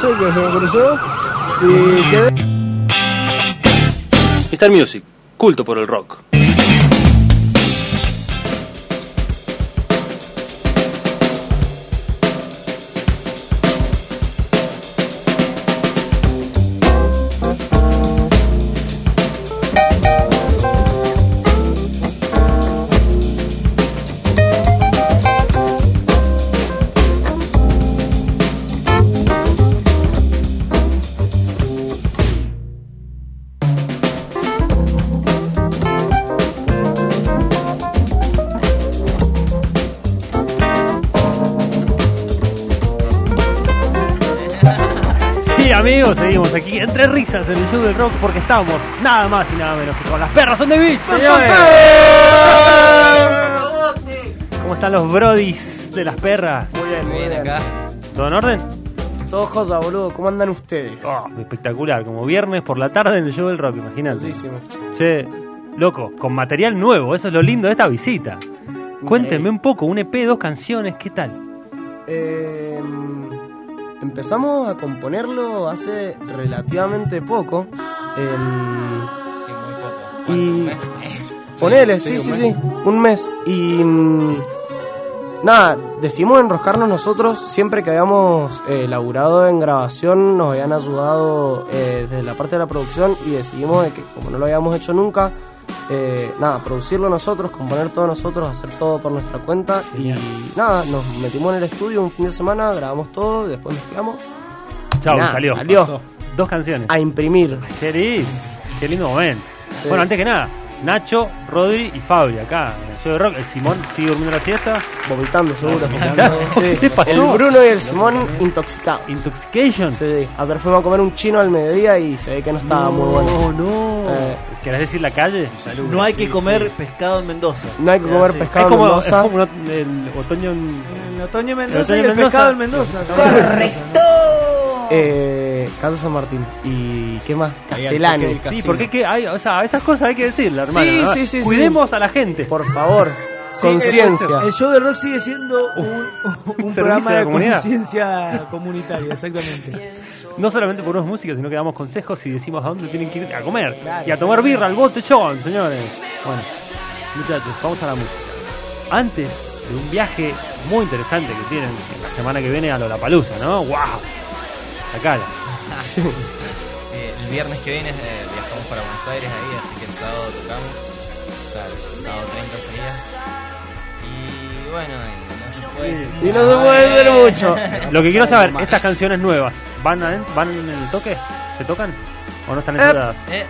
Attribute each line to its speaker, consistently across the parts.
Speaker 1: sé que se me cruzó y quedé.
Speaker 2: Star Music, culto por el rock.
Speaker 3: Sí, amigos, seguimos aquí entre risas en el show del rock porque estamos nada más y nada menos que con las perras on the beach, señores. ¿Cómo están los brodis de las perras?
Speaker 1: Muy bien, muy bien acá.
Speaker 3: ¿Todo en orden?
Speaker 1: Todos joya, boludo, ¿cómo andan ustedes?
Speaker 3: Espectacular, como viernes por la tarde en el show del rock, imagínate.
Speaker 1: Buenísimo.
Speaker 3: Che, loco, con material nuevo, eso es lo lindo de esta visita. Cuéntenme un poco, un EP, dos canciones, ¿qué tal?
Speaker 1: Eh, empezamos a componerlo hace relativamente poco. em,
Speaker 4: Sí, muy poco. ¿Cuánto?
Speaker 1: Y-
Speaker 4: ¿Un mes?
Speaker 1: Ponele, sí, sí, sí, un mes. Y mm, nada, decidimos enroscarnos nosotros. Siempre que habíamos eh, laburado en grabación, nos habían ayudado eh, desde la parte de la producción y decidimos de que como no lo habíamos hecho nunca, eh, nada, producirlo nosotros, componer todo nosotros, hacer todo por nuestra cuenta.
Speaker 3: Genial.
Speaker 1: Y nada, nos metimos en el estudio un fin de semana, grabamos todo, después nos quedamos
Speaker 3: Chao,
Speaker 1: Nada,
Speaker 3: salió.
Speaker 1: salió.
Speaker 3: Pasó. Dos canciones.
Speaker 1: a imprimir.
Speaker 3: Qué lindo, qué lindo momento.
Speaker 1: Sí.
Speaker 3: Bueno, antes que nada, Nacho, Rodri y Fabri acá en el show de rock. El Simón sigue durmiendo la siesta.
Speaker 1: Vomitando, seguro.
Speaker 3: Vomitando.
Speaker 1: Sí.
Speaker 3: ¿Qué pasó?
Speaker 1: El Bruno y el Simón intoxicados.
Speaker 3: Intoxication.
Speaker 1: Sí, ayer fuimos a comer un chino al mediodía y se ve que no estaba muy bueno.
Speaker 3: no.
Speaker 1: Eh.
Speaker 3: ¿Querés decir la calle?
Speaker 5: No hay que comer pescado en Mendoza.
Speaker 1: No hay que comer
Speaker 5: Sí.
Speaker 1: pescado
Speaker 3: es como,
Speaker 1: en Mendoza.
Speaker 3: es como un- el otoño en...
Speaker 6: En otoño en Mendoza
Speaker 3: otoño
Speaker 6: y el
Speaker 3: en Mendoza.
Speaker 6: pescado en Mendoza.
Speaker 1: Eh, Casa San Martín. ¿Y qué más? Castellani.
Speaker 3: Sí, porque hay que- hay, o sea, esas cosas hay que decirlas, hermano.
Speaker 1: Sí,
Speaker 3: ¿no?
Speaker 1: sí, sí, sí.
Speaker 3: Cuidemos a la gente.
Speaker 1: Por favor,
Speaker 3: este.
Speaker 1: conciencia.
Speaker 6: El show de rock sigue siendo un, un
Speaker 3: servicio
Speaker 6: programa
Speaker 3: a la
Speaker 6: de
Speaker 3: comunidad.
Speaker 6: conciencia comunitaria, exactamente.
Speaker 3: No solamente por unos músicos, sino que damos consejos y decimos a dónde tienen que ir a comer. y a tomar birra al botellón, señores. Bueno, muchachos, vamos a la música. Antes de un viaje muy interesante que tienen en la semana que viene a Lollapalooza, ¿no? ¡Wow! Acá,
Speaker 4: Sí, el viernes que viene eh, viajamos para Buenos Aires ahí, así que el sábado tocamos. O sea, el sábado 30 sería. Y bueno, y
Speaker 1: Y
Speaker 4: no se puede decir mucho.
Speaker 1: no se puede hacer mucho.
Speaker 3: Lo que quiero saber, estas canciones nuevas, ¿van, adent- ¿van en el toque? ¿Se tocan? ¿O no están entradas?
Speaker 4: Eh,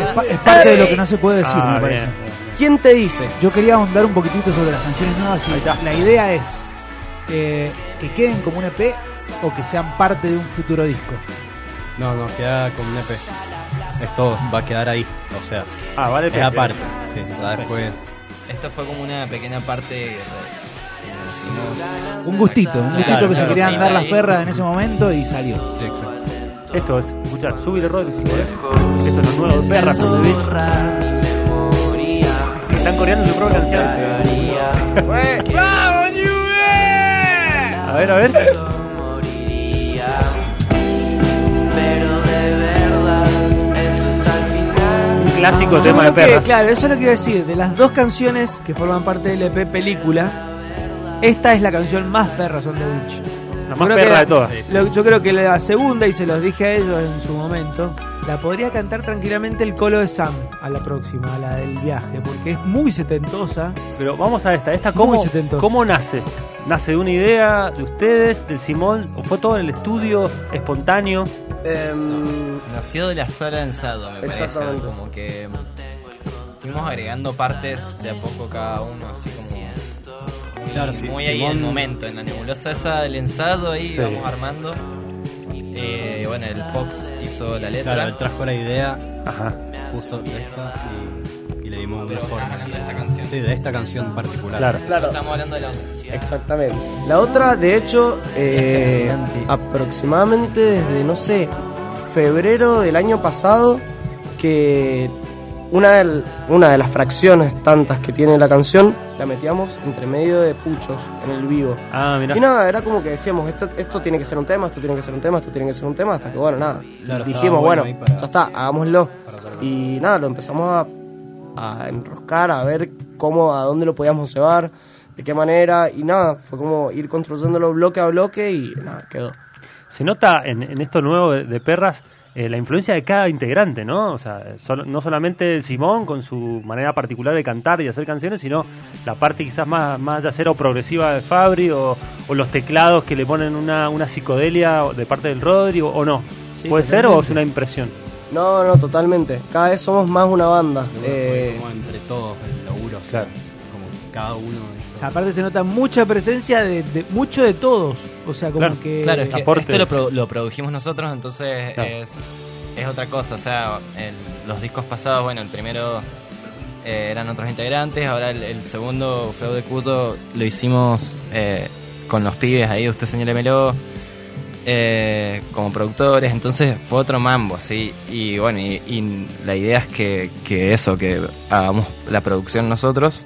Speaker 6: Es parte de lo que no se puede decir,
Speaker 3: Ah,
Speaker 6: me
Speaker 3: bien,
Speaker 6: parece.
Speaker 3: bien.
Speaker 1: ¿Quién te dice?
Speaker 6: Yo quería ahondar un poquitito sobre las canciones nuevas y la idea es eh, que queden como un EP o que sean parte de un futuro disco.
Speaker 7: No, no, queda con un E EP. Esto va a quedar ahí, o sea,
Speaker 3: Ah, vale.
Speaker 7: es aparte. Sí, va después.
Speaker 4: Esto fue como una pequeña parte. de- de-
Speaker 6: Un gustito, un gustito
Speaker 7: Claro,
Speaker 6: que se
Speaker 7: claro,
Speaker 6: querían
Speaker 7: sí,
Speaker 6: dar las
Speaker 4: ahí.
Speaker 6: perras en ese momento y salió.
Speaker 7: Sí, exacto.
Speaker 3: Esto es, escuchar, subir rock si podés. Esto es lo nuevo de Perra, por The Beach. Están coreando su propia canción. A ver, a ver. Un clásico tema de
Speaker 6: Yo creo que,
Speaker 3: perra.
Speaker 6: claro, eso es lo que iba a decir. De las dos canciones que forman parte del EP película, esta es la canción más perra son de Beach.
Speaker 3: La
Speaker 6: Yo
Speaker 3: más
Speaker 6: creo que
Speaker 3: perra
Speaker 6: la-
Speaker 3: de todas.
Speaker 6: lo- yo creo que la segunda, y se los dije a ellos en su momento, la podría cantar tranquilamente el colo de Sam a la próxima, a la del viaje, porque es muy setentosa.
Speaker 3: Pero vamos a esta. ¿Esta cómo,
Speaker 6: Muy setentosa.
Speaker 3: cómo nace? ¿Nace de una idea de ustedes, del Simón? ¿O fue todo en el estudio, espontáneo?
Speaker 1: Em,
Speaker 4: Nació de la sala de ensado, me parece.
Speaker 1: Exactamente.
Speaker 4: Como que mm, fuimos agregando partes de a poco cada uno, así como. Muy,
Speaker 1: Ah,
Speaker 7: Claro, sí,
Speaker 4: muy ahí en el
Speaker 7: Simón-
Speaker 4: momento, en la nebulosa esa del ensado, ahí vamos armando. Eh, bueno, el Fox hizo la letra.
Speaker 7: Claro, él trajo la idea
Speaker 3: Ajá.
Speaker 7: justo de esta y, y le dimos una
Speaker 4: pero
Speaker 7: forma.
Speaker 4: estamos hablando de esta canción.
Speaker 7: Sí, de esta canción en particular.
Speaker 3: Claro.
Speaker 4: Claro. Estamos hablando de la otra.
Speaker 1: Exactamente. La otra, de hecho, eh, aproximadamente desde, no sé, febrero del año pasado, que una, del- una de las fracciones tantas que tiene la canción la metíamos entre medio de puchos en el vivo.
Speaker 3: Ah, mirá.
Speaker 1: Y nada, era como que decíamos, esto, esto tiene que ser un tema, esto tiene que ser un tema, esto tiene que ser un tema, hasta que bueno, nada.
Speaker 7: Claro, estaba
Speaker 1: Dijimos, bueno,
Speaker 7: bueno ahí para-
Speaker 1: ya está, hagámoslo.
Speaker 7: para hacerlo.
Speaker 1: Y nada, lo empezamos a, a enroscar, a ver cómo, a dónde lo podíamos llevar, de qué manera, y nada, fue como ir construyéndolo bloque a bloque y nada, quedó.
Speaker 3: Se nota en, en esto nuevo de, de Perras eh, la influencia de cada integrante, ¿no? O sea, solo- no solamente Simón con su manera particular de cantar y hacer canciones, sino la parte quizás más, más yacera o progresiva de Fabri o, o los teclados que le ponen una, una psicodelia de parte del Rodri o, o no.
Speaker 6: Sí,
Speaker 3: ¿Puede ser o
Speaker 6: totalmente.
Speaker 3: es una impresión?
Speaker 1: No, no, totalmente. Cada vez somos más una banda. Eh,
Speaker 7: Fue como entre todos el laburo. o sea,
Speaker 3: Claro.
Speaker 7: Como cada uno hizo-
Speaker 6: O sea, aparte se nota mucha presencia de, de- mucho de todos. O sea, como
Speaker 3: Claro,
Speaker 6: que.
Speaker 4: Claro, es que
Speaker 3: aporte.
Speaker 4: esto lo, produ- lo produjimos nosotros, entonces
Speaker 3: Claro.
Speaker 4: es, es otra cosa. O sea, el- los discos pasados, bueno, el primero eh, eran otros integrantes, ahora el, el segundo, Feo de Cuto, lo hicimos eh, con los pibes ahí, usted señálemelo, eh, como productores, entonces fue otro mambo, ¿sí? Y bueno, y, y la idea es que, que eso, que hagamos la producción nosotros.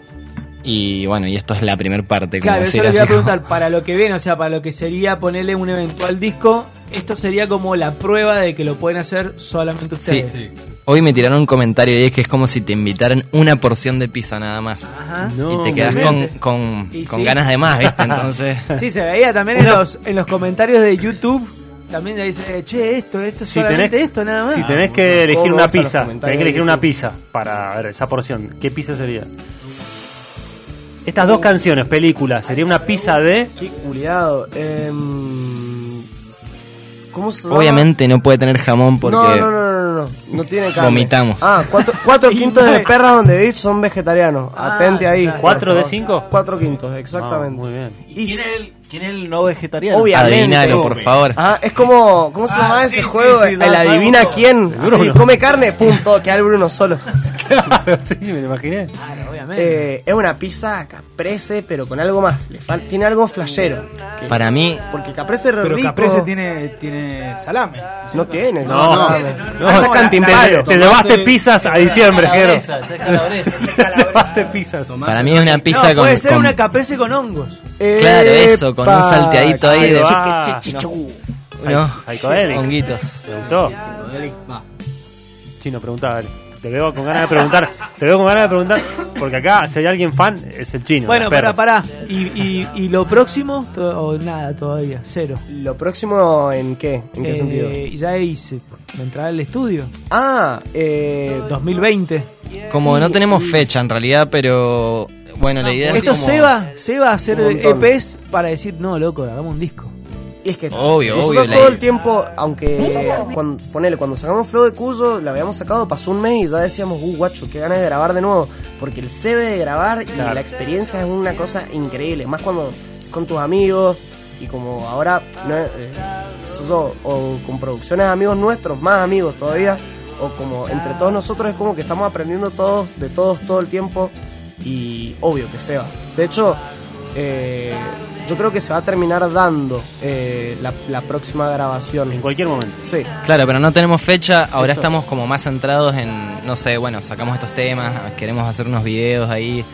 Speaker 4: Y bueno, y esto es la primera parte, como
Speaker 6: Claro, eso
Speaker 4: decir
Speaker 6: le voy a
Speaker 4: así como-
Speaker 6: preguntar, para lo que viene, o sea, para lo que sería ponerle un eventual disco, esto sería como la prueba de que lo pueden hacer solamente
Speaker 4: Sí.
Speaker 6: ustedes.
Speaker 4: Hoy me tiraron un comentario y es que es como si te invitaran una porción de pizza nada más.
Speaker 6: Ajá.
Speaker 3: No,
Speaker 4: y te quedas con,
Speaker 6: obviamente.
Speaker 4: con,
Speaker 6: Y
Speaker 4: con
Speaker 6: sí.
Speaker 4: ganas de más, ¿viste? Entonces.
Speaker 6: Sí, se veía también en los, en los comentarios de YouTube. También le dice, che, esto, esto,
Speaker 3: Si
Speaker 6: solamente
Speaker 3: tenés-
Speaker 6: esto, nada más.
Speaker 3: Si tenés que elegir
Speaker 1: ¿Cómo
Speaker 3: una
Speaker 1: vas a los
Speaker 3: pizza,
Speaker 1: comentarios
Speaker 3: tenés que
Speaker 1: de
Speaker 3: elegir una
Speaker 1: YouTube?
Speaker 3: pizza para ver esa porción. ¿Qué pizza sería? Estas dos canciones, películas, sería una pizza de...
Speaker 1: qué culiado. em, ¿Cómo se llama?
Speaker 4: Obviamente no puede tener jamón porque.
Speaker 1: No, no, no, no, no, no. No tiene carne.
Speaker 4: Vomitamos.
Speaker 1: Ah, cuatro, cuatro
Speaker 6: Y
Speaker 1: quintos de
Speaker 6: bueno.
Speaker 1: perras donde Ditch son vegetarianos.
Speaker 6: Ah,
Speaker 1: Atente ahí.
Speaker 6: claro.
Speaker 3: ¿Cuatro
Speaker 1: por
Speaker 3: de
Speaker 1: favor.
Speaker 3: cinco?
Speaker 1: Cuatro quintos, exactamente.
Speaker 3: Ah, muy bien.
Speaker 1: Y
Speaker 5: ¿Quién es
Speaker 1: s-
Speaker 5: el, quién es el no vegetariano?
Speaker 1: Obviamente.
Speaker 4: Adivinalo, por favor.
Speaker 1: Ah, es como. ¿Cómo se
Speaker 5: Ah,
Speaker 1: llama
Speaker 5: sí,
Speaker 1: ese
Speaker 5: sí,
Speaker 1: juego?
Speaker 5: sí, no,
Speaker 1: el
Speaker 5: sabemos
Speaker 1: adivina
Speaker 5: todo.
Speaker 1: quién.
Speaker 3: Bruno.
Speaker 1: Si come carne, punto. Queda el Bruno solo.
Speaker 3: Claro, sí, me lo imaginé.
Speaker 6: Claro, obviamente.
Speaker 1: Eh, es una pizza caprese, pero con algo más. Le fal- tiene algo flashero. Que-
Speaker 4: Para mí.
Speaker 1: Porque caprese es re
Speaker 8: Pero
Speaker 1: rico.
Speaker 8: Caprese tiene, tiene salame.
Speaker 1: No tiene.
Speaker 3: No,
Speaker 1: no.
Speaker 3: no.
Speaker 1: Esa es
Speaker 3: No,
Speaker 1: cantimpalo.
Speaker 3: Te llevaste pizzas a diciembre, Jero.
Speaker 5: Calabresa, esa es calabresa.
Speaker 3: Te llevaste pizzas.
Speaker 4: Para mí es una
Speaker 6: No,
Speaker 4: pizza con.
Speaker 6: puede ser
Speaker 4: con-
Speaker 6: una caprese con hongos.
Speaker 4: Claro, eso, con un
Speaker 1: Epa,
Speaker 4: salteadito ahí de.
Speaker 3: va.
Speaker 6: ah,
Speaker 4: No.
Speaker 3: Psicodélico.
Speaker 4: Honguitos.
Speaker 3: ¿Te gustó?
Speaker 7: Va.
Speaker 3: Chino, preguntá, dale. Te veo con ganas de preguntar. Te veo con ganas de preguntar. Porque acá, si hay alguien fan, es el chino.
Speaker 6: Bueno,
Speaker 3: la perra.
Speaker 6: pará, pará. ¿Y, y, y lo próximo? To- O nada todavía, cero.
Speaker 1: ¿Lo próximo en qué? ¿En qué
Speaker 6: Eh,
Speaker 1: sentido?
Speaker 6: Ya hice la entrada al estudio.
Speaker 1: Ah, eh,
Speaker 6: 2020.
Speaker 4: Como no tenemos fecha en realidad, pero. Bueno, la idea es.
Speaker 6: Esto
Speaker 4: como-
Speaker 6: Seba, Seba a hacer
Speaker 1: Un montón.
Speaker 6: EPs para decir, no, loco, hagamos un disco.
Speaker 1: y es que
Speaker 4: Obvio,
Speaker 1: nosotros
Speaker 4: obvio, la
Speaker 1: todo el
Speaker 4: idea.
Speaker 1: tiempo, aunque cuando, ponele, cuando sacamos Flow de Cuyo, la habíamos sacado, pasó un mes y ya decíamos, uh, guacho, qué ganas de grabar de nuevo. Porque el CB de grabar y
Speaker 3: Claro.
Speaker 1: la experiencia es una cosa increíble, más cuando es con tus amigos y como ahora, no, eh, yo, o con producciones de amigos nuestros, más amigos todavía, o como entre todos nosotros es como que estamos aprendiendo todos, de todos, todo el tiempo. y obvio que se va. De hecho, eh, yo creo que se va a terminar dando eh, la, la próxima grabación.
Speaker 3: En cualquier momento.
Speaker 1: Sí,
Speaker 4: Claro, pero no tenemos fecha, ahora
Speaker 1: Eso.
Speaker 4: estamos como más centrados en, no sé, bueno, sacamos estos temas, queremos hacer unos videos ahí,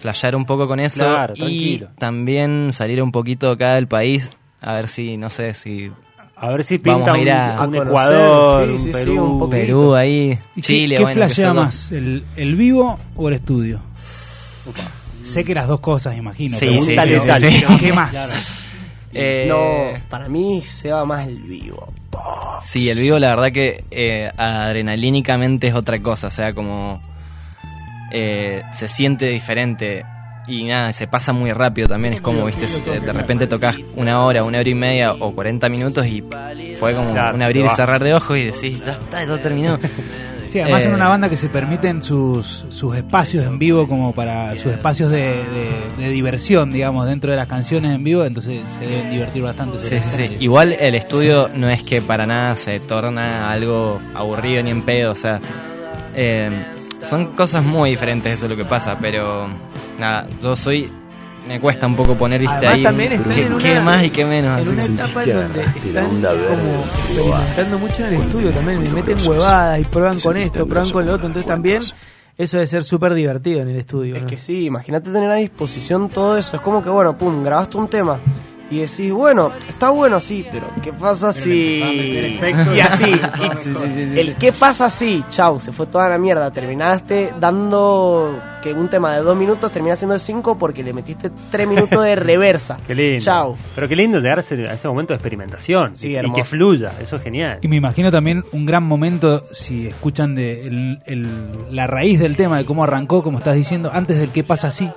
Speaker 4: flashear un poco con eso
Speaker 3: Claro,
Speaker 4: y
Speaker 3: tranquilo.
Speaker 4: también salir un poquito acá del país, a ver si, no sé, si
Speaker 3: A ver si
Speaker 4: Vamos
Speaker 3: pinta
Speaker 4: a ir
Speaker 3: un,
Speaker 4: a-
Speaker 3: un
Speaker 1: a conocer,
Speaker 3: Ecuador,
Speaker 1: sí,
Speaker 3: un
Speaker 1: sí, sí,
Speaker 3: Perú.
Speaker 1: un poco.
Speaker 4: Perú ahí,
Speaker 8: ¿Y qué-
Speaker 4: Chile,
Speaker 8: ¿Qué,
Speaker 4: bueno, que
Speaker 8: flashea
Speaker 4: sea-
Speaker 8: más? ¿El, el vivo o el estudio? Sé que las dos cosas, imagino.
Speaker 4: Sí,
Speaker 8: pero-
Speaker 4: sí,
Speaker 8: pero-
Speaker 4: sí, sí, sí.
Speaker 8: pero ¿Qué más?
Speaker 4: Eh,
Speaker 1: no, para mí se va más el vivo.
Speaker 4: Sí, el vivo la verdad que eh, adrenalínicamente es otra cosa, o sea, como eh, se siente diferente y nada, se pasa muy rápido también, es como, viste, si de de repente tocas una hora, una hora y media o 40 minutos y fue como
Speaker 3: Claro,
Speaker 4: un abrir
Speaker 3: te
Speaker 4: y
Speaker 3: va.
Speaker 4: cerrar de ojos y decís, ya está, ya terminó.
Speaker 8: Sí, además
Speaker 4: Eh,
Speaker 8: son una banda que se permiten sus, sus espacios en vivo como para sus espacios de, de- de diversión, digamos, dentro de las canciones en vivo, entonces se deben divertir bastante.
Speaker 4: Sí, sí, sí. Igual el estudio no es que para nada se torna algo aburrido ni en pedo, o sea, eh, son cosas muy diferentes eso es lo que pasa, pero nada, yo soy me cuesta un poco poner vista
Speaker 6: Además,
Speaker 4: ahí.
Speaker 6: también están
Speaker 4: ¿Qué,
Speaker 6: en una-
Speaker 4: qué más y qué menos?
Speaker 6: en
Speaker 4: así.
Speaker 6: una etapa en donde están como experimentando mucho en el estudio también, me meten huevadas y prueban con esto, prueban con lo otro, entonces también eso debe ser súper divertido en el estudio.
Speaker 1: Es
Speaker 6: ¿no?
Speaker 1: que sí, imagínate tener a disposición todo eso. Es como que, bueno, pum, grabaste un tema. Y decís, bueno, está bueno así, pero ¿qué pasa si...? Y así. y- el ¿qué pasa si? Chau, se fue toda la mierda. Terminaste dando que un tema de dos minutos termina siendo de cinco porque le metiste tres minutos de reversa.
Speaker 3: Qué lindo.
Speaker 1: Chau.
Speaker 3: Pero qué lindo llegar a ese, a ese momento de experimentación
Speaker 1: Sí,
Speaker 3: y- y
Speaker 1: hermoso.
Speaker 3: que fluya, eso es genial.
Speaker 8: Y me imagino también un gran momento si escuchan de el- el- la raíz del tema, de cómo arrancó, como estás diciendo, antes del qué pasa así,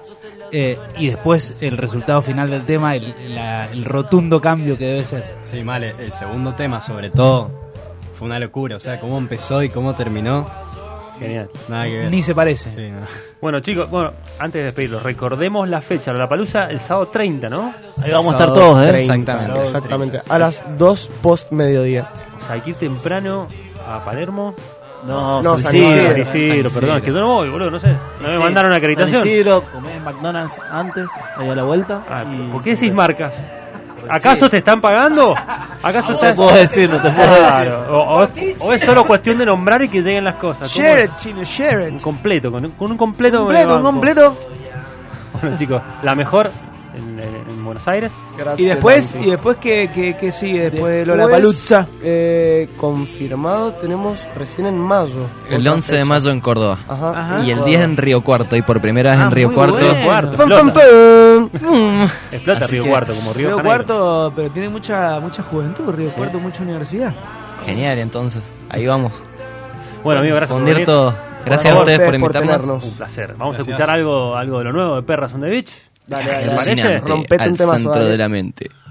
Speaker 8: eh, y después el resultado final del tema, el, la- el rotundo cambio que debe ser.
Speaker 7: Sí, mal, el el segundo tema sobre todo fue una locura, o sea, cómo empezó y cómo terminó,
Speaker 3: Genial.
Speaker 7: nada que ver.
Speaker 8: Ni se parece.
Speaker 7: Sí, no.
Speaker 3: Bueno, chicos, bueno, antes de despedirlos, recordemos la fecha, la palusa el sábado 30, ¿no?
Speaker 5: Ahí vamos a estar todos, ¿eh?
Speaker 4: Exactamente.
Speaker 1: Exactamente. A las dos post mediodía.
Speaker 3: O sea, hay que ir temprano a Palermo.
Speaker 5: No,
Speaker 1: No,
Speaker 5: San
Speaker 1: San
Speaker 5: Isidro.
Speaker 1: Isidro.
Speaker 3: San Isidro, perdón, es que yo no voy, boludo, no sé. No me
Speaker 5: Sí,
Speaker 3: mandaron acreditación.
Speaker 5: San Isidro, comés en McDonald's antes, ahí a la vuelta.
Speaker 3: Ah,
Speaker 5: y-
Speaker 3: ¿Por qué decís marcas? ¿Acaso te están pagando? ¿Acaso
Speaker 5: No
Speaker 3: estás-
Speaker 5: te puedo decir, no te puedo decir.
Speaker 3: Claro, o, o- o es solo cuestión de nombrar y que lleguen las cosas. ¿Cómo
Speaker 6: Share
Speaker 3: es?
Speaker 6: it, chino, share
Speaker 3: Un
Speaker 6: it.
Speaker 3: completo, con un, con un completo. me
Speaker 6: Completo, un
Speaker 3: banco.
Speaker 6: completo.
Speaker 3: Bueno, chicos, la mejor en, en- en Buenos Aires.
Speaker 6: Y después, y después que, que, que sigue después de Lollapalooza.
Speaker 1: Eh, confirmado tenemos recién en mayo.
Speaker 4: El
Speaker 1: Otra
Speaker 4: 11 de
Speaker 1: fecha. Ah,
Speaker 4: mayo en Córdoba.
Speaker 1: Ajá.
Speaker 6: Ajá.
Speaker 4: Y el 10 en Río Cuarto. Y por primera vez
Speaker 6: Ah,
Speaker 4: en Río
Speaker 6: muy
Speaker 4: Cuarto.
Speaker 6: bueno.
Speaker 3: Cuarto,
Speaker 1: Fun, fun,
Speaker 3: explota.
Speaker 1: fun.
Speaker 3: Explota
Speaker 4: Así
Speaker 3: Río
Speaker 4: que-
Speaker 3: Cuarto, como Río,
Speaker 6: Río
Speaker 3: Janeiro.
Speaker 6: Cuarto, pero tiene mucha mucha juventud, Río Cuarto, mucha universidad.
Speaker 4: Genial, entonces. Ahí vamos.
Speaker 3: Bueno, amigo, gracias por
Speaker 4: Fundir
Speaker 3: venir.
Speaker 4: todo. Gracias a
Speaker 1: favor,
Speaker 4: ustedes por
Speaker 1: ustedes por
Speaker 4: invitarnos.
Speaker 1: tenernos.
Speaker 3: Un placer. Vamos a escuchar algo, algo de lo nuevo de Perras on the Beach.
Speaker 1: Dale, dale, dale.
Speaker 3: parece?
Speaker 4: Alucinante.
Speaker 1: Rompete un
Speaker 4: Al
Speaker 1: temazo,
Speaker 4: centro
Speaker 1: dale.
Speaker 4: de la mente.